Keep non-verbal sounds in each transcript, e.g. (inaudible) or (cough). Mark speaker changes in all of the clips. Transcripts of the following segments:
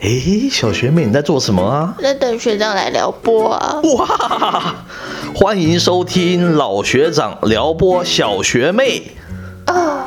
Speaker 1: 诶，小学妹你在做什么啊？
Speaker 2: 在等学长来撩拨啊。
Speaker 1: 哇，欢迎收听老学长撩拨小学妹。
Speaker 2: 哦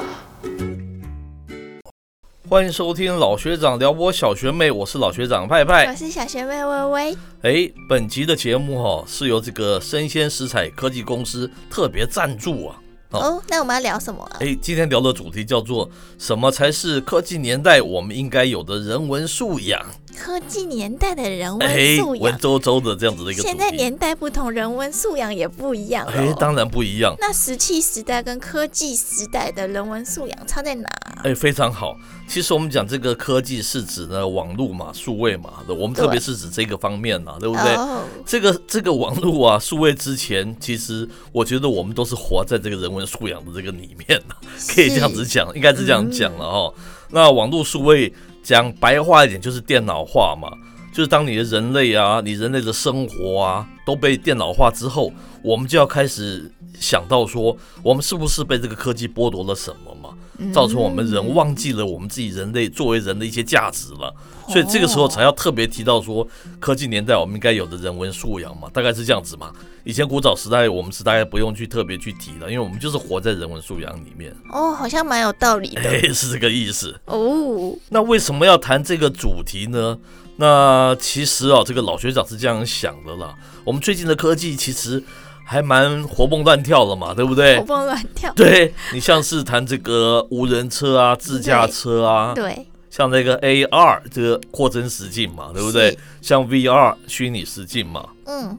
Speaker 1: 欢迎收听老学长撩拨小学妹，我是老学长派
Speaker 2: 我
Speaker 1: 派。
Speaker 2: 是小学妹微微，
Speaker 1: 诶，本集的节目哈、哦、是由这个生鲜食材科技公司特别赞助啊。哦
Speaker 2: 哦，那我们要聊什么啊？
Speaker 1: 诶，今天聊的主题叫做什么才是科技年代我们应该有的人文素养？
Speaker 2: 科技年代的人文
Speaker 1: 诶，
Speaker 2: 素
Speaker 1: 哎文
Speaker 2: 养，
Speaker 1: 绉绉的这样子的一个主题。
Speaker 2: 现在年代不同，人文素养也不一样
Speaker 1: 诶，
Speaker 2: 了。
Speaker 1: 当然不一样。
Speaker 2: 那石器时代跟科技时代的人文素养差在哪？
Speaker 1: 哎，非常好。其实我们讲这个科技是指呢网络嘛、数位嘛，我们特别
Speaker 2: 对
Speaker 1: 是指这个方面嘛，对不对？
Speaker 2: 哦，
Speaker 1: 这个这个网络啊，数位之前，其实我觉得我们都是活在这个人文素养的这个里面
Speaker 2: (laughs)
Speaker 1: 啊，可以这样子
Speaker 2: 是嗯
Speaker 1: 讲，应该是这样讲了哦。那网络数位讲白话一点，就是电脑化嘛，就是当你的人类啊，你人类的生活啊，都被电脑化之后，我们就要开始想到说，我们是不是被这个科技剥夺了什么嘛？造成我们人忘记了我们自己人类作为人的一些价值了，所以这个时候才要特别提到说，科技年代我们应该有的人文素养嘛，大概是这样子嘛。以前古早时代我们是大概不用去特别去提的，因为我们就是活在人文素养里面，
Speaker 2: 哦，好像蛮有道理的
Speaker 1: 哎， (laughs) 是这个意思。
Speaker 2: 哦。
Speaker 1: 那为什么要谈这个主题呢？那其实啊，这个老学长是这样想的啦。我们最近的科技其实还蛮活蹦乱跳了嘛，对不对
Speaker 2: 活？蹦乱跳。
Speaker 1: 对你像是谈这个无人车啊、自驾车啊，
Speaker 2: 对，
Speaker 1: 像那个 AR 这个扩增实境嘛，对不对
Speaker 2: 是？
Speaker 1: 像 VR 虚拟实境嘛，
Speaker 2: 嗯，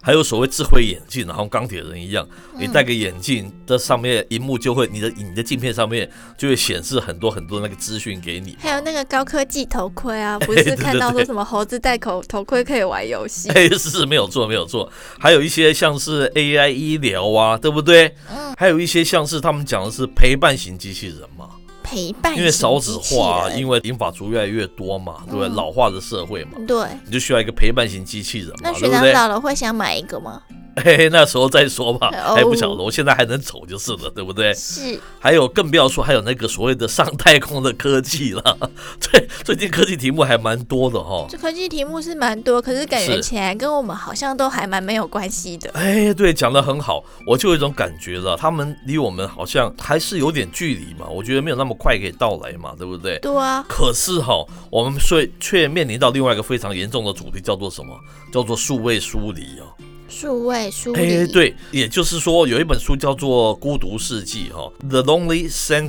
Speaker 1: 还有所谓智慧眼镜，然后钢铁人一样，
Speaker 2: 嗯
Speaker 1: 你戴个眼镜，这上面荧幕就会你的你的镜片上面就会显示很多很多那个资讯给你。
Speaker 2: 还有那个高科技头盔啊，不
Speaker 1: 哎 (laughs) 对对
Speaker 2: 是看到
Speaker 1: 对
Speaker 2: 说什么猴子戴口头盔可以玩游戏？
Speaker 1: 哎， (laughs) 是没有错，没有错。还有一些像是 AI 医疗啊，对不对？嗯。还有一些像是他们讲的是陪伴型机器人嘛，
Speaker 2: 陪伴
Speaker 1: 哎
Speaker 2: 型机器人，
Speaker 1: 因为少子
Speaker 2: (laughs)
Speaker 1: 化、啊，因为银发族越来越多
Speaker 2: 嗯
Speaker 1: 嘛，对不对？老化的社会嘛，
Speaker 2: 对。
Speaker 1: 你就需要一个陪伴型机器人嘛
Speaker 2: 那，学
Speaker 1: 对不
Speaker 2: 长
Speaker 1: 对？
Speaker 2: 老了会想买一个吗？
Speaker 1: (laughs) 嘿嘿，那时候再说吧，
Speaker 2: 哦
Speaker 1: 还不晓得，我现在还能走就是了，对不 (laughs) 对？
Speaker 2: 是，
Speaker 1: 还有更不要说还有那个所谓的上太空的科技了， (laughs) 最最近科技题目还蛮多的哈、哦。
Speaker 2: 这科技题目是蛮多，可是感觉
Speaker 1: 是
Speaker 2: 起来跟我们好像都还蛮没有关系的。
Speaker 1: 哎，对，讲得很好，我就有一种感觉了，他们离我们好像还是有点距离嘛，我觉得没有那么快可以到来嘛，对不对？
Speaker 2: 对啊，
Speaker 1: 可是哈，我们却却面临到另外一个非常严重的主题，叫做什么？叫做数位疏离哦。
Speaker 2: 数位梳理，
Speaker 1: 哎，，对，也就是说，有一本书叫做《孤独世纪》哈，《The Lonely Century》，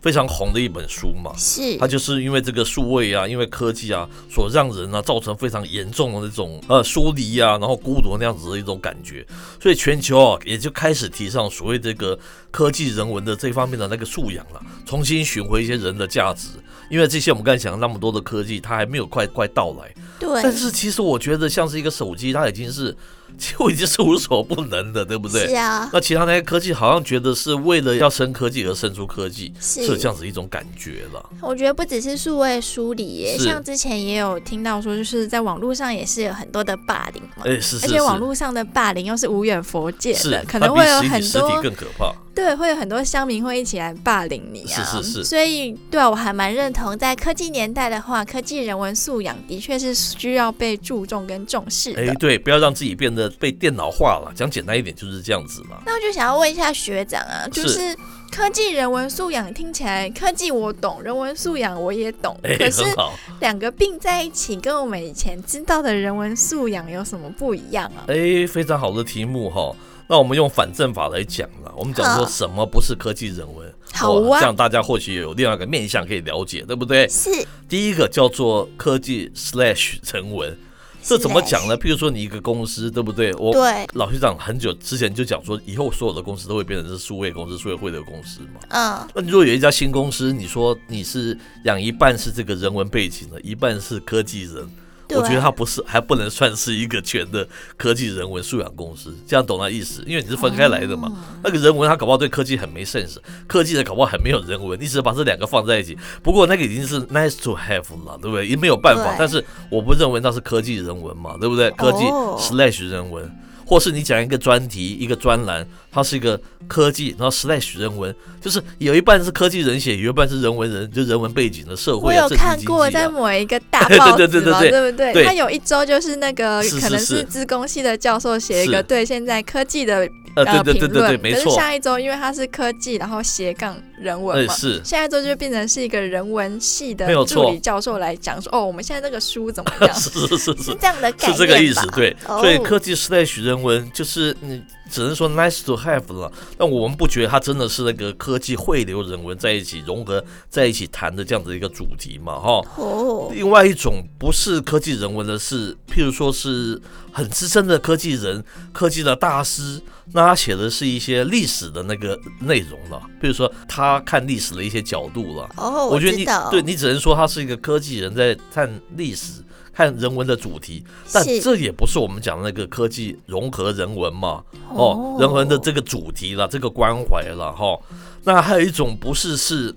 Speaker 1: 非常红的一本书嘛。
Speaker 2: 是
Speaker 1: 它，就是因为这个数位啊，因为科技啊，所让人啊造成非常严重的那种呃疏离啊，然后孤独那样子的一种感觉，所以全球啊也就开始提倡所谓这个科技人文的这方面的那个素养了、重新寻回一些人的价值。因为这些我们刚才讲了那么多的科技，它还没有快快到来，
Speaker 2: 对，
Speaker 1: 但是其实我觉得像是一个手机，它已经是 (laughs) 就已经是无所不能的，对不对？
Speaker 2: 是啊，
Speaker 1: 那其他那些科技好像觉得是为了要生科技而生出科技，
Speaker 2: 是
Speaker 1: 有这样子一种感觉了。
Speaker 2: 我觉得不只是数位梳理耶，
Speaker 1: 是
Speaker 2: 像之前也有听到说，就是在网络上也是有很多的霸凌嘛。
Speaker 1: 哎，是是是。
Speaker 2: 而且网络上的霸凌又是无远佛界
Speaker 1: 是
Speaker 2: 的，可能会有
Speaker 1: 它比
Speaker 2: 很
Speaker 1: 实体实体
Speaker 2: 多
Speaker 1: 更可怕。
Speaker 2: 对，会有很多乡民会一起来霸凌你啊。
Speaker 1: 是是是
Speaker 2: 所以，对啊，我还蛮认同，在科技年代的话，科技人文素养的确是需要被注重跟重视的。
Speaker 1: 哎，对，不要让自己变得被电脑化了。讲简单一点就是这样子嘛。
Speaker 2: 那我就想要问一下学长啊，就是是科技人文素养听起来，科技我懂，人文素养我也懂，
Speaker 1: 哎，
Speaker 2: 可是
Speaker 1: 很好。
Speaker 2: 两个并在一起，跟我们以前知道的人文素养有什么不一样啊？
Speaker 1: 哎，非常好的题目哈。那我们用反证法来讲了，我们讲说
Speaker 2: 好
Speaker 1: 什么不是科技人文，
Speaker 2: 好
Speaker 1: 哦
Speaker 2: 啊
Speaker 1: 这样大家或许有另外一个面向可以了解，对不对？
Speaker 2: 是
Speaker 1: 第一个叫做科技 slash (laughs) 人文，这怎么讲呢？譬如说你一个公司，对不对？我
Speaker 2: 对，
Speaker 1: 老学长很久之前就讲说，以后所有的公司都会变成是数位公司、数位会的公司嘛。
Speaker 2: 嗯，
Speaker 1: 那如果有一家新公司，你说你是养一半是这个人文背景的，一半是科技人，
Speaker 2: 对
Speaker 1: 我觉得它不是还不能算是一个全的科技人文素养公司，这样懂那意思？因为你是分开来的
Speaker 2: 哦
Speaker 1: 嘛。那个人文他搞不好对科技很没 sense，科技的搞不好很没有人文，你只是把这两个放在一起。不过那个已经是 nice to have 了，对不对？也没有办法
Speaker 2: 对，
Speaker 1: 但是我不认为那是科技人文嘛，对不对？科技
Speaker 2: 哦
Speaker 1: slash 人文。或是你讲一个专题、一个专栏，它是一个科技，然后 slash 人文，就是有一半是科技人写，有一半是人文人，就人文背景的社
Speaker 2: 我
Speaker 1: 会、啊。
Speaker 2: 有
Speaker 1: 政治
Speaker 2: 看
Speaker 1: 经
Speaker 2: 过，
Speaker 1: 济啊
Speaker 2: 在某
Speaker 1: (laughs)
Speaker 2: 一个大报
Speaker 1: 对对
Speaker 2: 纸
Speaker 1: 对
Speaker 2: 嘛，
Speaker 1: 对
Speaker 2: 对不对？
Speaker 1: 对
Speaker 2: 他有一周就是那个
Speaker 1: 是是
Speaker 2: 可能
Speaker 1: 是
Speaker 2: 是资工系的教授写一个
Speaker 1: 是
Speaker 2: 对现在科技的
Speaker 1: 呃，
Speaker 2: 呃
Speaker 1: 对对对
Speaker 2: 评
Speaker 1: 对对，
Speaker 2: 论，
Speaker 1: 没
Speaker 2: 可是
Speaker 1: 错，
Speaker 2: 下一周因为他是科技，然后斜杠人文
Speaker 1: 呃
Speaker 2: 嘛， (laughs)
Speaker 1: 是
Speaker 2: 下一周就变成是一个人文系的
Speaker 1: 没有
Speaker 2: 助
Speaker 1: 错
Speaker 2: 理教授来讲说，哦，我们现在这个书怎么
Speaker 1: (laughs)
Speaker 2: 样？
Speaker 1: 是是是是
Speaker 2: 是这样的概
Speaker 1: 是
Speaker 2: 念
Speaker 1: 这个意思
Speaker 2: 吧，
Speaker 1: 对。
Speaker 2: 哦
Speaker 1: 所以科技时代许人文就是你只能说 nice to have 了，但我们不觉得它真的是那个科技汇流人文在一起融合在一起谈的这样子一个主题嘛，哈。
Speaker 2: 哦，
Speaker 1: 另外一种不是科技人文的是，譬如说是很资深的科技人、科技的大师，那他写的是一些历史的那个内容了，比如说他看历史的一些角度了。
Speaker 3: 哦，
Speaker 1: 我觉得
Speaker 3: 知
Speaker 1: 你
Speaker 3: 道，
Speaker 1: 对你只能说他是一个科技人在看历史、看人文的主题，但
Speaker 3: 是
Speaker 1: 这也不是我们讲的那个科技融合人文嘛，哦，人文的这个主题了，这个关怀了哈、那还有一种不是是，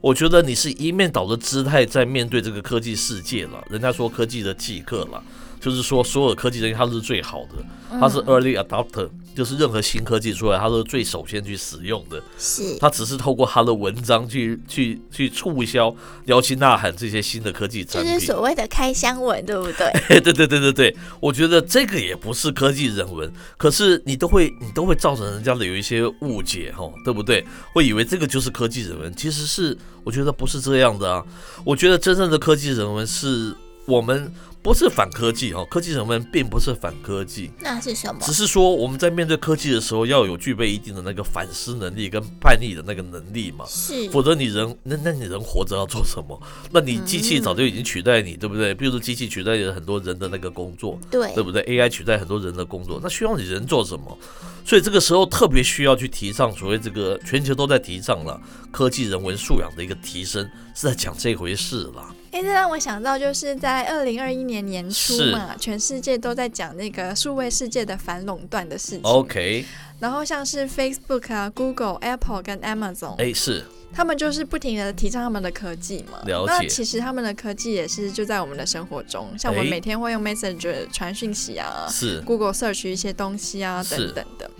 Speaker 1: 我觉得你是一面倒的姿态在面对这个科技世界了。人家说科技的即刻了，就是说所有科技人他都是最好的，
Speaker 2: 嗯
Speaker 1: 他是 early adopter，、就是任何新科技出来，他都是最首先去使用的。
Speaker 3: 是
Speaker 1: 他只是透过他的文章去去去促销、摇旗呐喊这些新的科技
Speaker 3: 就
Speaker 1: 产品。
Speaker 3: 是所谓的开箱文，对不
Speaker 1: (laughs)
Speaker 3: 对？
Speaker 1: 对对对对对对，我觉得这个也不是科技人文，可是你都会你都会造成人家的有一些误解哈、哦，对不对？会以为这个就是科技人文，其实是我觉得不是这样的啊。我觉得真正的科技人文是我们不是反科技哦，科技人文并不是反科技，
Speaker 3: 那是什么
Speaker 1: 只？是说我们在面对科技的时候要有具备一定的那个反思能力跟叛逆的那个能力嘛。
Speaker 3: 是
Speaker 1: 否则你人那那你人活着要做什么？那你机器早就已经取代你，对不对？比如说机器取代了很多人的那个工作，
Speaker 3: 对
Speaker 1: 对不对？AI 取代很多人的工作，那需要你人做什么？所以这个时候特别需要去提倡所谓这个全球都在提倡了科技人文素养的一个提升，是在讲这回事啦。
Speaker 2: 哎，这让我想到，就是在二零二一年年初
Speaker 1: 是
Speaker 2: 嘛，全世界都在讲那个数位世界的反垄断的事情。
Speaker 1: OK，
Speaker 2: 然后像是 Facebook 啊、Google、Apple 跟 Amazon，
Speaker 1: 哎，是
Speaker 2: 他们就是不停的提倡他们的科技嘛。
Speaker 1: 了解
Speaker 2: 那其实他们的科技也是就在我们的生活中，像我们
Speaker 1: 哎
Speaker 2: 每天会用 Messenger 传讯息啊
Speaker 1: 是
Speaker 2: ，Google search 一些东西啊
Speaker 1: 是
Speaker 2: 等等的。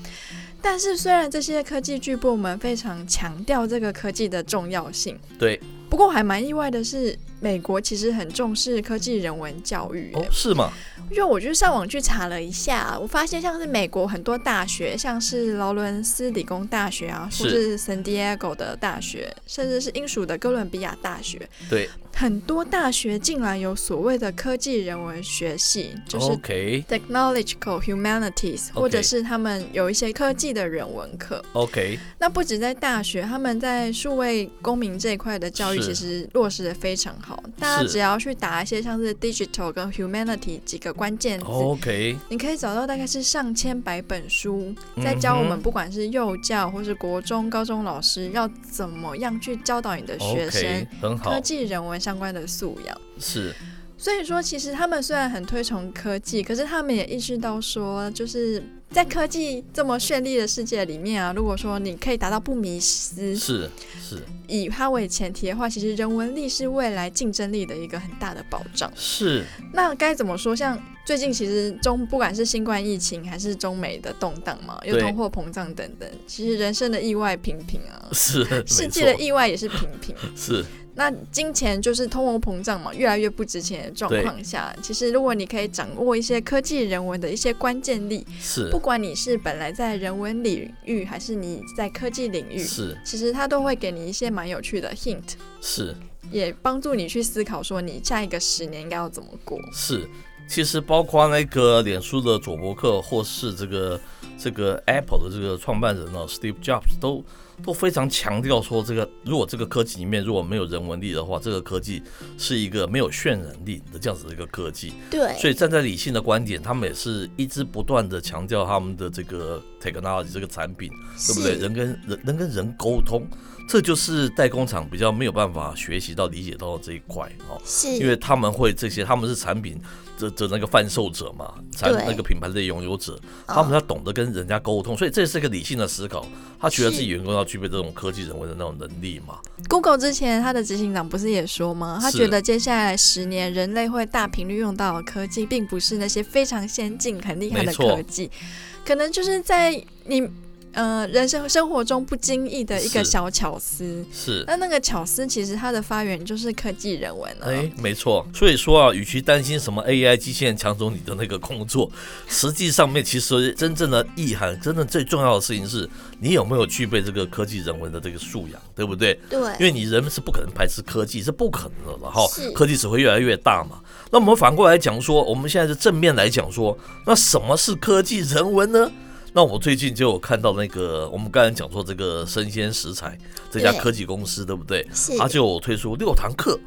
Speaker 2: 但是虽然这些科技巨部门非常强调这个科技的重要性，
Speaker 1: 对
Speaker 2: 不过我还蛮意外的是，美国其实很重视科技人文教育、
Speaker 1: 哦，是吗？
Speaker 2: 因为我就上网去查了一下，我发现像是美国很多大学，像是劳伦斯理工大学啊，
Speaker 1: 是
Speaker 2: 或是 San Diego 的大学，甚至是英属的哥伦比亚大学，
Speaker 1: 对
Speaker 2: 很多大学竟然有所谓的科技人文学系，就是
Speaker 1: ，OK
Speaker 2: technological humanities，或者是他们有一些科技的人文课。
Speaker 1: OK，
Speaker 2: 那不止在大学，他们在数位公民这一块的教育
Speaker 1: 是
Speaker 2: 其实落实的非常好。大家只要去打一些像是 digital 跟 humanity 几个关键字，
Speaker 1: OK，
Speaker 2: 你可以找到大概是上千百本书，在教我
Speaker 1: 嗯
Speaker 2: 们
Speaker 1: 哼
Speaker 2: 不管是幼教或是国中、高中老师要怎么样去教导你的学生
Speaker 1: OK，很好
Speaker 2: 科，技人文相关的素养。
Speaker 1: 是
Speaker 2: 所以说，其实他们虽然很推崇科
Speaker 1: 嗯
Speaker 2: 技，可是他们也意识到说，就是在科技这么绚丽的世界里面啊，如果说你可以达到不迷失，
Speaker 1: 是是
Speaker 2: 以它为前提的话，其实人文力是未来竞争力的一个很大的保障。
Speaker 1: 是，
Speaker 2: 那该怎么说？像最近其实中不管是新冠疫情还是中美的动荡嘛，又
Speaker 1: 对
Speaker 2: 通货膨胀等等，其实人生的意外频频啊，
Speaker 1: 是
Speaker 2: 世
Speaker 1: 没
Speaker 2: 界的
Speaker 1: 错，
Speaker 2: 意外也是频频。
Speaker 1: 是
Speaker 2: 那金钱就是通货膨胀嘛，越来越不值钱的状况下，其实如果你可以掌握一些科技人文的一些关键力，
Speaker 1: 是
Speaker 2: 不管你是本来在人文领域，还是你在科技领域，
Speaker 1: 是
Speaker 2: 其实它都会给你一些蛮有趣的 hint，
Speaker 1: 是
Speaker 2: 也帮助你去思考说你下一个十年应该要怎么过。
Speaker 1: 是，其实包括那个脸书的佐伯克，或是这个这个 Apple 的这个创办人哦，Steve Jobs 都都非常强调说，这个如果这个科技里面如果没有人文力的话，这个科技是一个没有渲染力的这样子的一个科技。
Speaker 3: 对，
Speaker 1: 所以站在理性的观点，他们也是一直不断的强调他们的这个 technology 这个产品，对不对？
Speaker 3: 是
Speaker 1: 人跟人人跟人沟通，这就是代工厂比较没有办法学习到理解到的这一块哦。因
Speaker 3: 是
Speaker 1: 为他们会这些，他们是产品的的那个贩售者嘛，产
Speaker 3: 对
Speaker 1: 那个品牌的拥有者，
Speaker 3: 哦
Speaker 1: 他们要懂得跟人家沟通，所以这是一个理性的思考。他觉得自己员工要具备这种科技人文的那种能力嘛。
Speaker 2: Google 之前他的执行长不是也说吗？他
Speaker 1: 是
Speaker 2: 觉得接下来十年人类会大频率用到的科技，并不是那些非常先进、很厉害的
Speaker 1: 没错
Speaker 2: 科技，可能就是在你呃人生生活中不经意的一个
Speaker 1: 是
Speaker 2: 小巧思。
Speaker 1: 是，
Speaker 2: 那那个巧思其实它的发源就是科技人文啊。
Speaker 1: 哎，没错。所以说啊，与其担心什么 AI 机器人抢走你的那个工 (laughs) 作，实际上面其实真正的意涵，真正最重要的事情是你有没有具备这个科技人文的这个素养，对不对？因
Speaker 3: 对，
Speaker 1: 为你人是不可能排斥科技，是不可能的了哈
Speaker 3: 是。
Speaker 1: 科技只会越来越大嘛。那我们反过来讲说，我们现在是正面来讲说，那什么是科技人文呢？那我最近就有看到那个，我们刚才讲说这个生鲜食材这家
Speaker 3: 对
Speaker 1: 科技公司，对不对？
Speaker 3: 是
Speaker 1: 他啊就有推出六堂课，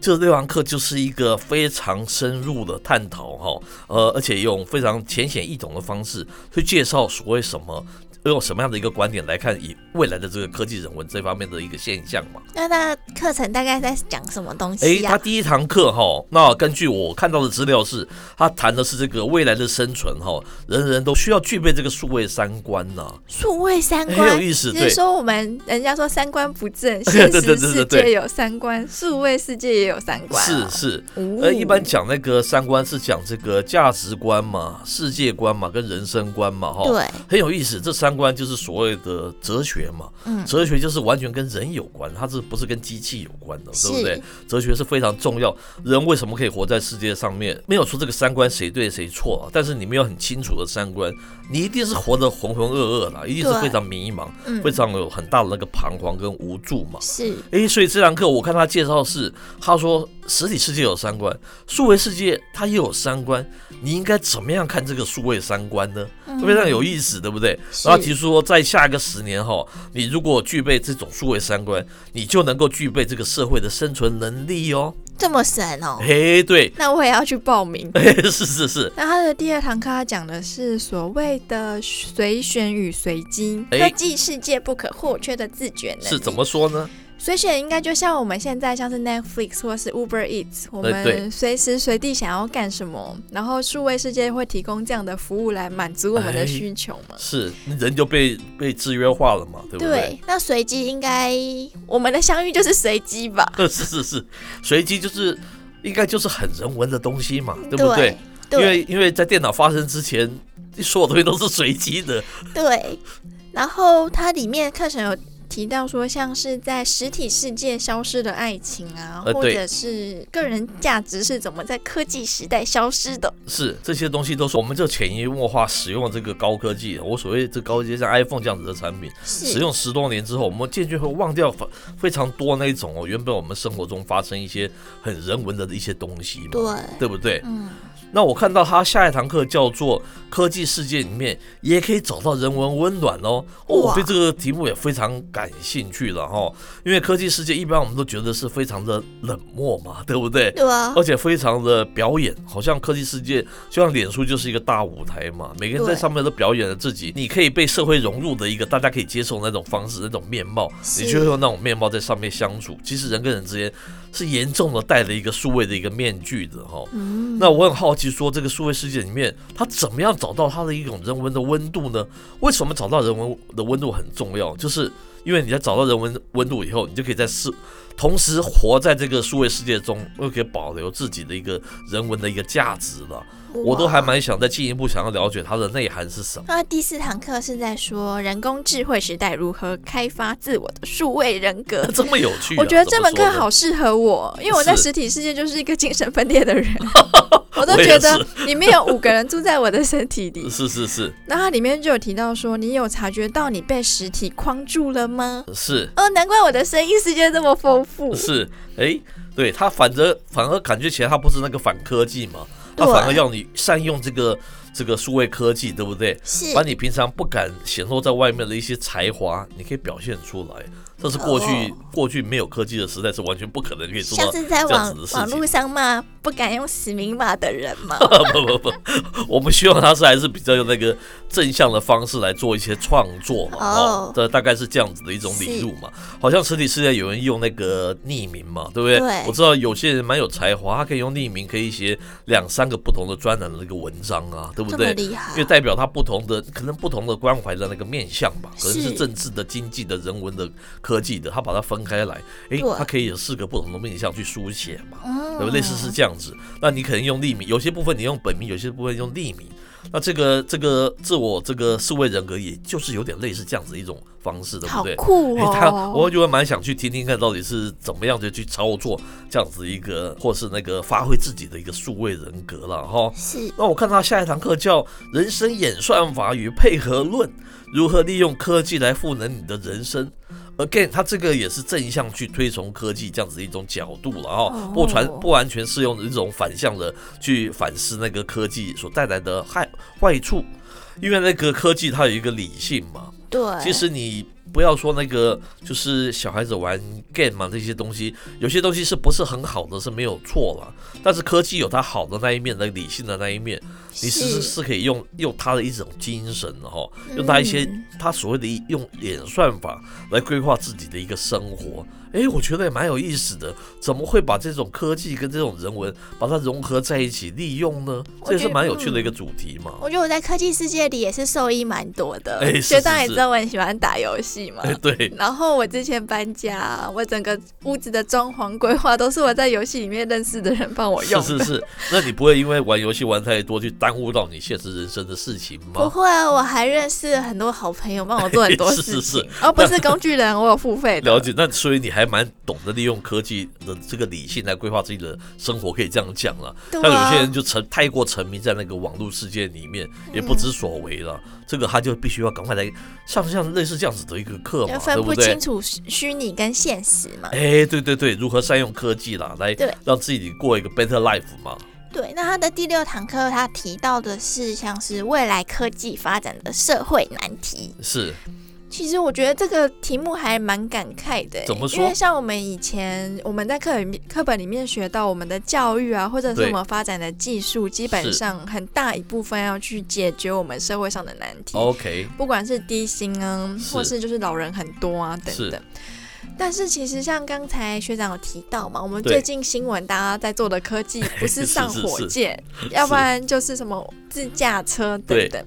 Speaker 1: 这六堂课就是一个非常深入的探讨哈，呃，而且用非常浅显易懂的方式去介绍所谓什么。用什么样的一个观点来看以未来的这个科技人文这方面的一个现象嘛？
Speaker 3: 那那课程大概在讲什么东
Speaker 1: 诶，
Speaker 3: 西呀、
Speaker 1: 哎他第一堂课哈，那根据我看到的资料是，他谈的是这个未来的生存哈，人人都需要具备这个数位三观呐、
Speaker 3: 数位三
Speaker 1: 很有
Speaker 3: 观，
Speaker 1: 意思，
Speaker 2: 就是
Speaker 1: 对，
Speaker 2: 说，我们人家说三观不正，
Speaker 1: (laughs) 对
Speaker 2: 现
Speaker 1: 对对
Speaker 2: 实
Speaker 1: 对
Speaker 2: 世
Speaker 1: 对
Speaker 2: 界有三观，数位世界也有三观啊、
Speaker 1: 是是，
Speaker 2: 哦
Speaker 1: 呃，一般讲那个三观是讲这个价值观嘛、世界观嘛、跟人生观嘛，哈，
Speaker 3: 对，
Speaker 1: 很有意思。这三观就是所谓的哲学嘛，
Speaker 3: 嗯，
Speaker 1: 哲学就是完全跟人有关，它是不是跟机器有关的，对不对
Speaker 3: 是？
Speaker 1: 哲学是非常重要。人为什么可以活在世界上面？没有说这个三观谁对谁错、啊，但是你没有很清楚的三观，你一定是活得浑浑噩噩的，一定是
Speaker 3: 对
Speaker 1: 非常迷茫，
Speaker 3: 嗯
Speaker 1: 非，常有很大的那个彷徨跟无助嘛。
Speaker 3: 是
Speaker 1: 诶，所以这堂课我看他介绍是，他说实体世界有三观，数位世界它也有三观，你应该怎么样看这个数位三观呢？
Speaker 2: 嗯
Speaker 1: 非常有意思，对不对？然后
Speaker 3: 嗯
Speaker 1: 提
Speaker 3: 是
Speaker 1: 出说，在下一个十年后，你如果具备这种数位三观，你就能够具备这个社会的生存能力哦。
Speaker 3: 这么神哦，
Speaker 1: 嘿，对，
Speaker 2: 那我也要去报名。 (laughs)
Speaker 1: 嘿是是是，
Speaker 2: 那他的第二堂课，他讲的是所谓的随选与随机。
Speaker 1: 诶
Speaker 3: 科技世界不可或缺的自觉能力
Speaker 1: 哎是怎？么说呢？
Speaker 2: 随选应该就像我们现在像是 Netflix 或是 Uber Eats，我
Speaker 1: 哎对
Speaker 2: 们随时随地想要干什么，然后数位世界会提供这样的服务来满足我们
Speaker 1: 哎
Speaker 2: 的需求嘛？
Speaker 1: 是人就被被制约化了嘛，对不对？
Speaker 3: 对，那随机应该我们的相遇就是随机吧？
Speaker 1: (laughs) 是是是，随机就是应该就是很人文的东西嘛，对不对？因
Speaker 3: 对
Speaker 1: 为因为在电脑发生之前，所有东西都是随机的，
Speaker 3: 对，然后它里面课程有提到说，像是在实体世界消失的爱情啊，
Speaker 1: 呃
Speaker 3: 或
Speaker 1: 对
Speaker 3: 者是个人价值是怎么在科技时代消失的。
Speaker 1: 是这些东西都是我们就潜移默化使用这个高科技。我所谓这高阶像 iPhone 这样子的产品，使
Speaker 3: 是，
Speaker 1: 用十多年之后，我们渐渐会忘掉非非常多那种哦，原本我们生活中发生一些很人文的一些东西嘛，
Speaker 3: 对，
Speaker 1: 对不对？
Speaker 3: 嗯，
Speaker 1: 那我看到他下一堂课叫做《科技世界》里面也可以找到人文温暖哦。哦，我
Speaker 3: 哇
Speaker 1: 对这个题目也非常感兴趣了哈、因为科技世界一般我们都觉得是非常的冷漠嘛， (laughs) 对不对？
Speaker 3: 对啊
Speaker 1: 而，且非常的表演，好像科技世界就像脸书就是一个大舞台嘛，每个人在
Speaker 3: 对
Speaker 1: 上面都表演了自己，你可以被社会融入的一个大家可以接受的那种方式、那种面貌，
Speaker 3: 是
Speaker 1: 你就用那种面貌在上面相处。其实人跟人之间是严重的戴了一个数位的一个面具的哈。
Speaker 3: 嗯，
Speaker 1: 那我很好奇说，这个数位世界里面，它怎么样找到它的一种人文的温度呢？为什么找到人文的温度很重要？就是因为你在找到人文温度以后，你就可以在世，同时活在这个数位世界中，又可以保留自己的一个人文的一个价值了。我都还
Speaker 3: 哇。
Speaker 1: 蛮想再进一步想要了解它的内涵是什么。 (laughs)
Speaker 3: 那第四堂课是在说人工智慧时代如何开发自我的数位人格
Speaker 1: (laughs) 。这么有趣啊、
Speaker 2: 我觉得这
Speaker 1: 怎么
Speaker 2: 门
Speaker 1: 说
Speaker 2: 课
Speaker 1: 呢
Speaker 2: 好。适合我，因为我在
Speaker 1: 是
Speaker 2: 实体世界就是一个精神分裂
Speaker 1: (laughs)
Speaker 2: 的人，我都
Speaker 1: 我也
Speaker 2: 觉得
Speaker 1: 是
Speaker 2: 里面有五个人住在我的身体里。
Speaker 1: 是是是
Speaker 2: 那它里面就有提到说，你有察觉到你被实体框住了吗？
Speaker 1: 是
Speaker 3: 哦，难怪我的声音世界这么丰富。
Speaker 1: 是，诶，对它反而反而感觉起来它不是那个反科技嘛，它
Speaker 3: 对
Speaker 1: 反而要你善用这个这个数位科技，对不对？
Speaker 3: 是
Speaker 1: 把你平常不敢显露在外面的一些才华，你可以表现出来。这是过去、
Speaker 3: 哦
Speaker 1: 过去没有科技的时代是完全不可能可以做
Speaker 3: 像
Speaker 1: 到。
Speaker 3: 是在
Speaker 1: 这样
Speaker 3: 网
Speaker 1: 子的事情
Speaker 3: 网络上骂不敢用实名码的人嘛。
Speaker 1: 不不不，我们希望他是还是比较用那个正向的方式来做一些创作嘛，哦
Speaker 3: 哦，
Speaker 1: 这大概是这样子的一种理路嘛。好像实体世界有人用那个匿名嘛，对不对？
Speaker 3: 对
Speaker 1: 我知道有些人蛮有才华，他可以用匿名，可以写两三个不同的专栏的那个文章啊， (laughs) 对不
Speaker 3: 这
Speaker 1: 对
Speaker 3: 么？厉害
Speaker 1: 因为，代表他不同的，可能不同的关怀的那个面向吧，可能是
Speaker 3: 是
Speaker 1: 政治的、经济的、人文的、科技的，他把它分开来，诶
Speaker 3: 对，
Speaker 1: 他可以有四个不同的面向去书写嘛，
Speaker 3: 嗯
Speaker 1: 对不对？类似是这样子。那你可能用匿名，有些部分你用本名，有些部分用匿名。那这个这个自我这个四位人格，也就是有点类似这样子一种方式，对不
Speaker 3: 好
Speaker 1: 对？
Speaker 3: 酷
Speaker 1: 诶他我
Speaker 3: 哦，
Speaker 1: 就会蛮想去听听看，到底是怎么样的去操作这样子一个，或是那个发挥自己的一个数位人格了哈。
Speaker 3: 是
Speaker 1: 那我看他下一堂课叫《人生演算法与配合论》，如何利用科技来赋能你的人生。Again，他这个也是正向去推崇科技这样子一种角度了哈，不传不完全是用一种反向的去反思那个科技所带来的害坏处，因为那个科技它有一个理性嘛，
Speaker 2: 哎
Speaker 3: 对，
Speaker 1: 其实你不要说那个，就是小孩子玩 game 啊嘛，这些东西，有些东西是不是很好的是没有错啦。但是科技有它好的那一面，那理性的那一面，你是是是可以用用它的一种精神哈、哦，用它一些
Speaker 3: 嗯
Speaker 1: 它所谓的一用演算法来规划自己的一个生活。诶，我觉得也蛮有意思的，怎么会把这种科技跟这种人文把它融合在一起利用呢？这也是蛮有趣的一个主题嘛。
Speaker 3: 我觉得我在科技世界里也是受益蛮多的。
Speaker 1: 哎是
Speaker 2: 学长
Speaker 1: 是
Speaker 2: 也
Speaker 1: 是
Speaker 2: 知道我很喜欢打游戏嘛。
Speaker 1: 诶，对，
Speaker 2: 然后我之前搬家，我整个屋子的装潢规划都是我在游戏里面认识的人帮我用
Speaker 1: 是
Speaker 2: 的。
Speaker 1: 是是，那你不会因为玩游戏玩太多，去耽误到你现实人生的事情
Speaker 3: 不
Speaker 1: 吗？
Speaker 3: 会啊，我还认识很多好朋友，帮我做很
Speaker 1: (laughs)
Speaker 3: 多
Speaker 1: 是
Speaker 3: 事情。
Speaker 1: 是是
Speaker 2: 哦，不是工具人，我有付费的。
Speaker 1: 了解，那所以你还蛮懂得利用科技的这个理性来规划自己的生活，可以这样讲了。
Speaker 3: 对
Speaker 1: 像有
Speaker 3: 啊，
Speaker 1: 些人就沉太过沉迷在那个网络世界里面，
Speaker 2: 嗯
Speaker 1: 也不知所为了。这个他就必须要赶快来上像类似这样子的一个课嘛
Speaker 3: 就，
Speaker 1: 对
Speaker 3: 分不
Speaker 1: 对
Speaker 3: 清？楚虚虚拟跟现实嘛。
Speaker 1: 哎，对对对，如何善用科技啦，来
Speaker 3: 对
Speaker 1: 让自己过一个 better life 嘛。
Speaker 3: 对，那他的第六堂课，他提到的是像是未来科技发展的社会难题。
Speaker 2: (laughs)
Speaker 1: 是，
Speaker 3: 其实我觉得这个题目还蛮感慨的欸，
Speaker 1: 怎么说
Speaker 2: 因为像我们以前我们在课里面课本里面学到我们的教育啊，或者是
Speaker 1: 对
Speaker 2: 我们发展的技术，基本
Speaker 1: 是
Speaker 2: 上很大一部分要去解决我们社会上的难题。
Speaker 1: OK，
Speaker 2: 不管是低薪啊，
Speaker 1: 是
Speaker 2: 或是就是老人很多啊等等。但是其实像刚才学长有提到嘛，我们
Speaker 1: 对
Speaker 2: 最近新闻大家在做的科技不是上
Speaker 1: (laughs) 是是
Speaker 2: 火箭，要不然就是什么自驾车等等。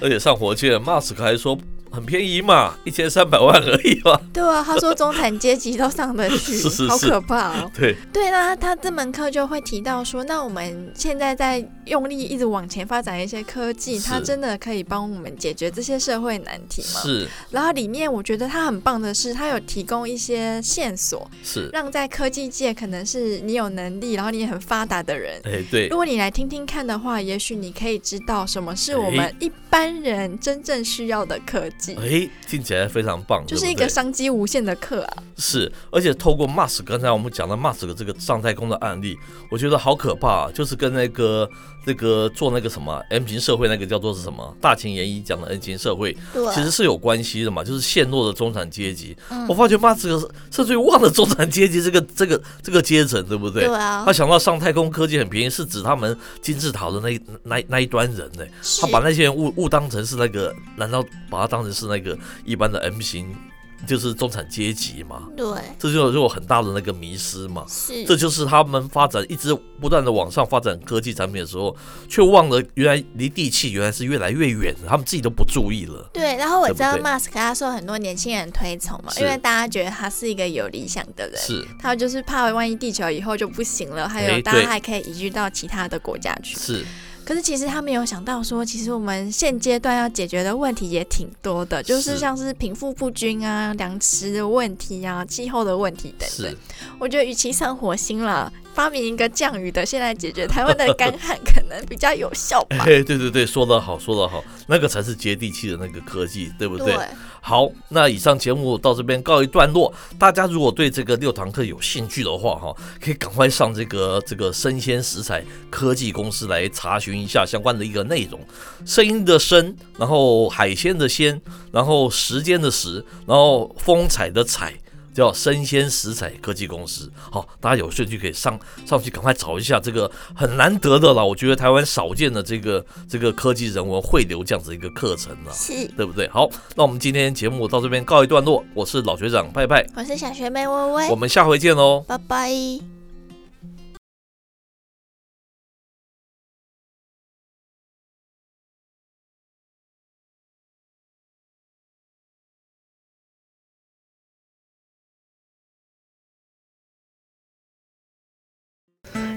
Speaker 1: 而且上火箭马斯克还说很便宜嘛，一千三百万而已嘛。
Speaker 3: 对啊，他说中产阶级都上得去，
Speaker 1: (laughs) 是是
Speaker 2: 好
Speaker 1: 是
Speaker 2: 可，怕哦！
Speaker 1: 对，
Speaker 3: 对
Speaker 2: 那
Speaker 3: 啦，
Speaker 2: 他这门课就会提到说，那我们现在在用力一直往前发展一些科技，
Speaker 1: 是
Speaker 2: 它真的可以帮我们解决这些社会难题吗？
Speaker 1: 是
Speaker 2: 然后里面我觉得它很棒的是，它有提供一些线索，
Speaker 1: 是，
Speaker 2: 让在科技界可能是你有能力，然后你也很发达的人。
Speaker 1: 哎，对
Speaker 2: 如，果你来听听看的话，也许你可以知道什么是我们
Speaker 1: 哎
Speaker 2: 一般人真正需要的科技，
Speaker 1: 哎，听起来非常棒，
Speaker 2: 就
Speaker 1: 对
Speaker 2: 是
Speaker 1: 不
Speaker 2: 一个
Speaker 1: 对
Speaker 2: 商机无限的课啊！
Speaker 1: 是，而且透过 Mask，刚才我们讲的 Mask 这个上太空的案例，我觉得好可怕、啊，就是跟那个那个做那个什么 M 型社会那个叫做是什么大秦研一讲的 N 型社会，
Speaker 3: 对啊
Speaker 1: 其实是有关系的嘛，就是陷落的中产阶级。
Speaker 3: 嗯
Speaker 1: 我发觉 Mask 甚至于忘了中产阶级这个这个这个阶层，对不对？
Speaker 3: 对啊
Speaker 1: 他，想到上太空科技很便宜，是指他们金字塔的那一那那一端人呢、
Speaker 3: 是
Speaker 1: 他把那些人误误当成是那个，难道把他当成是那个一般的 M 型，就是中产阶级吗？
Speaker 3: 对
Speaker 1: 这就就有很大的那个迷失嘛。
Speaker 3: 是
Speaker 1: 这就是他们发展一直不断的往上发展科技产品的时候，却忘了原来离地气原来是越来越远，他们自己都不注意了。
Speaker 3: 对，然后我知道
Speaker 1: 对不对
Speaker 3: Mask 他受很多年轻人推崇嘛，
Speaker 1: 是
Speaker 3: 因为大家觉得他是一个有理想的人，
Speaker 1: 是
Speaker 2: 他就是怕万一地球以后就不行了，还有
Speaker 1: 哎
Speaker 2: 大家
Speaker 1: 对
Speaker 2: 还可以移居到其他的国家去。
Speaker 1: 是
Speaker 2: 可是其实他没有想到说，其实我们现阶段要解决的问题也挺多的，就是
Speaker 1: 是
Speaker 2: 像是贫富不均啊、粮食的问题啊、气候的问题等等
Speaker 1: 是。，
Speaker 2: 我觉得与其上火星了，发明一个降雨的，现在解决台湾的干旱可能比较有效吧。
Speaker 1: 哎，对对对，说得好，说得好，那个才是接地气的那个科技，对不对？好，那以上节目到这边告一段落。大家如果对这个六堂课有兴趣的话，哈，可以赶快上这个这个生鲜食材科技公司来查询一下相关的一个内容。声音的声，然后海鲜的鲜，然后时间的时，然后风采的采。叫生鲜食材科技公司，好、大家有兴趣可以上上去赶快找一下这个很难得的啦，我觉得台湾少见的这个这个科技人文汇流这样子一个课程啊。
Speaker 3: 是，
Speaker 1: 对不对？好，那我们今天节目到这边告一段落，我是老学长拜拜，
Speaker 3: 我是小学妹微微
Speaker 1: 我，们哦下回见喽。
Speaker 3: 拜拜。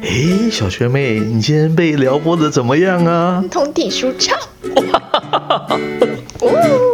Speaker 1: 诶，小学妹，你今天被撩拨的怎么样啊？
Speaker 4: 通体舒畅。哦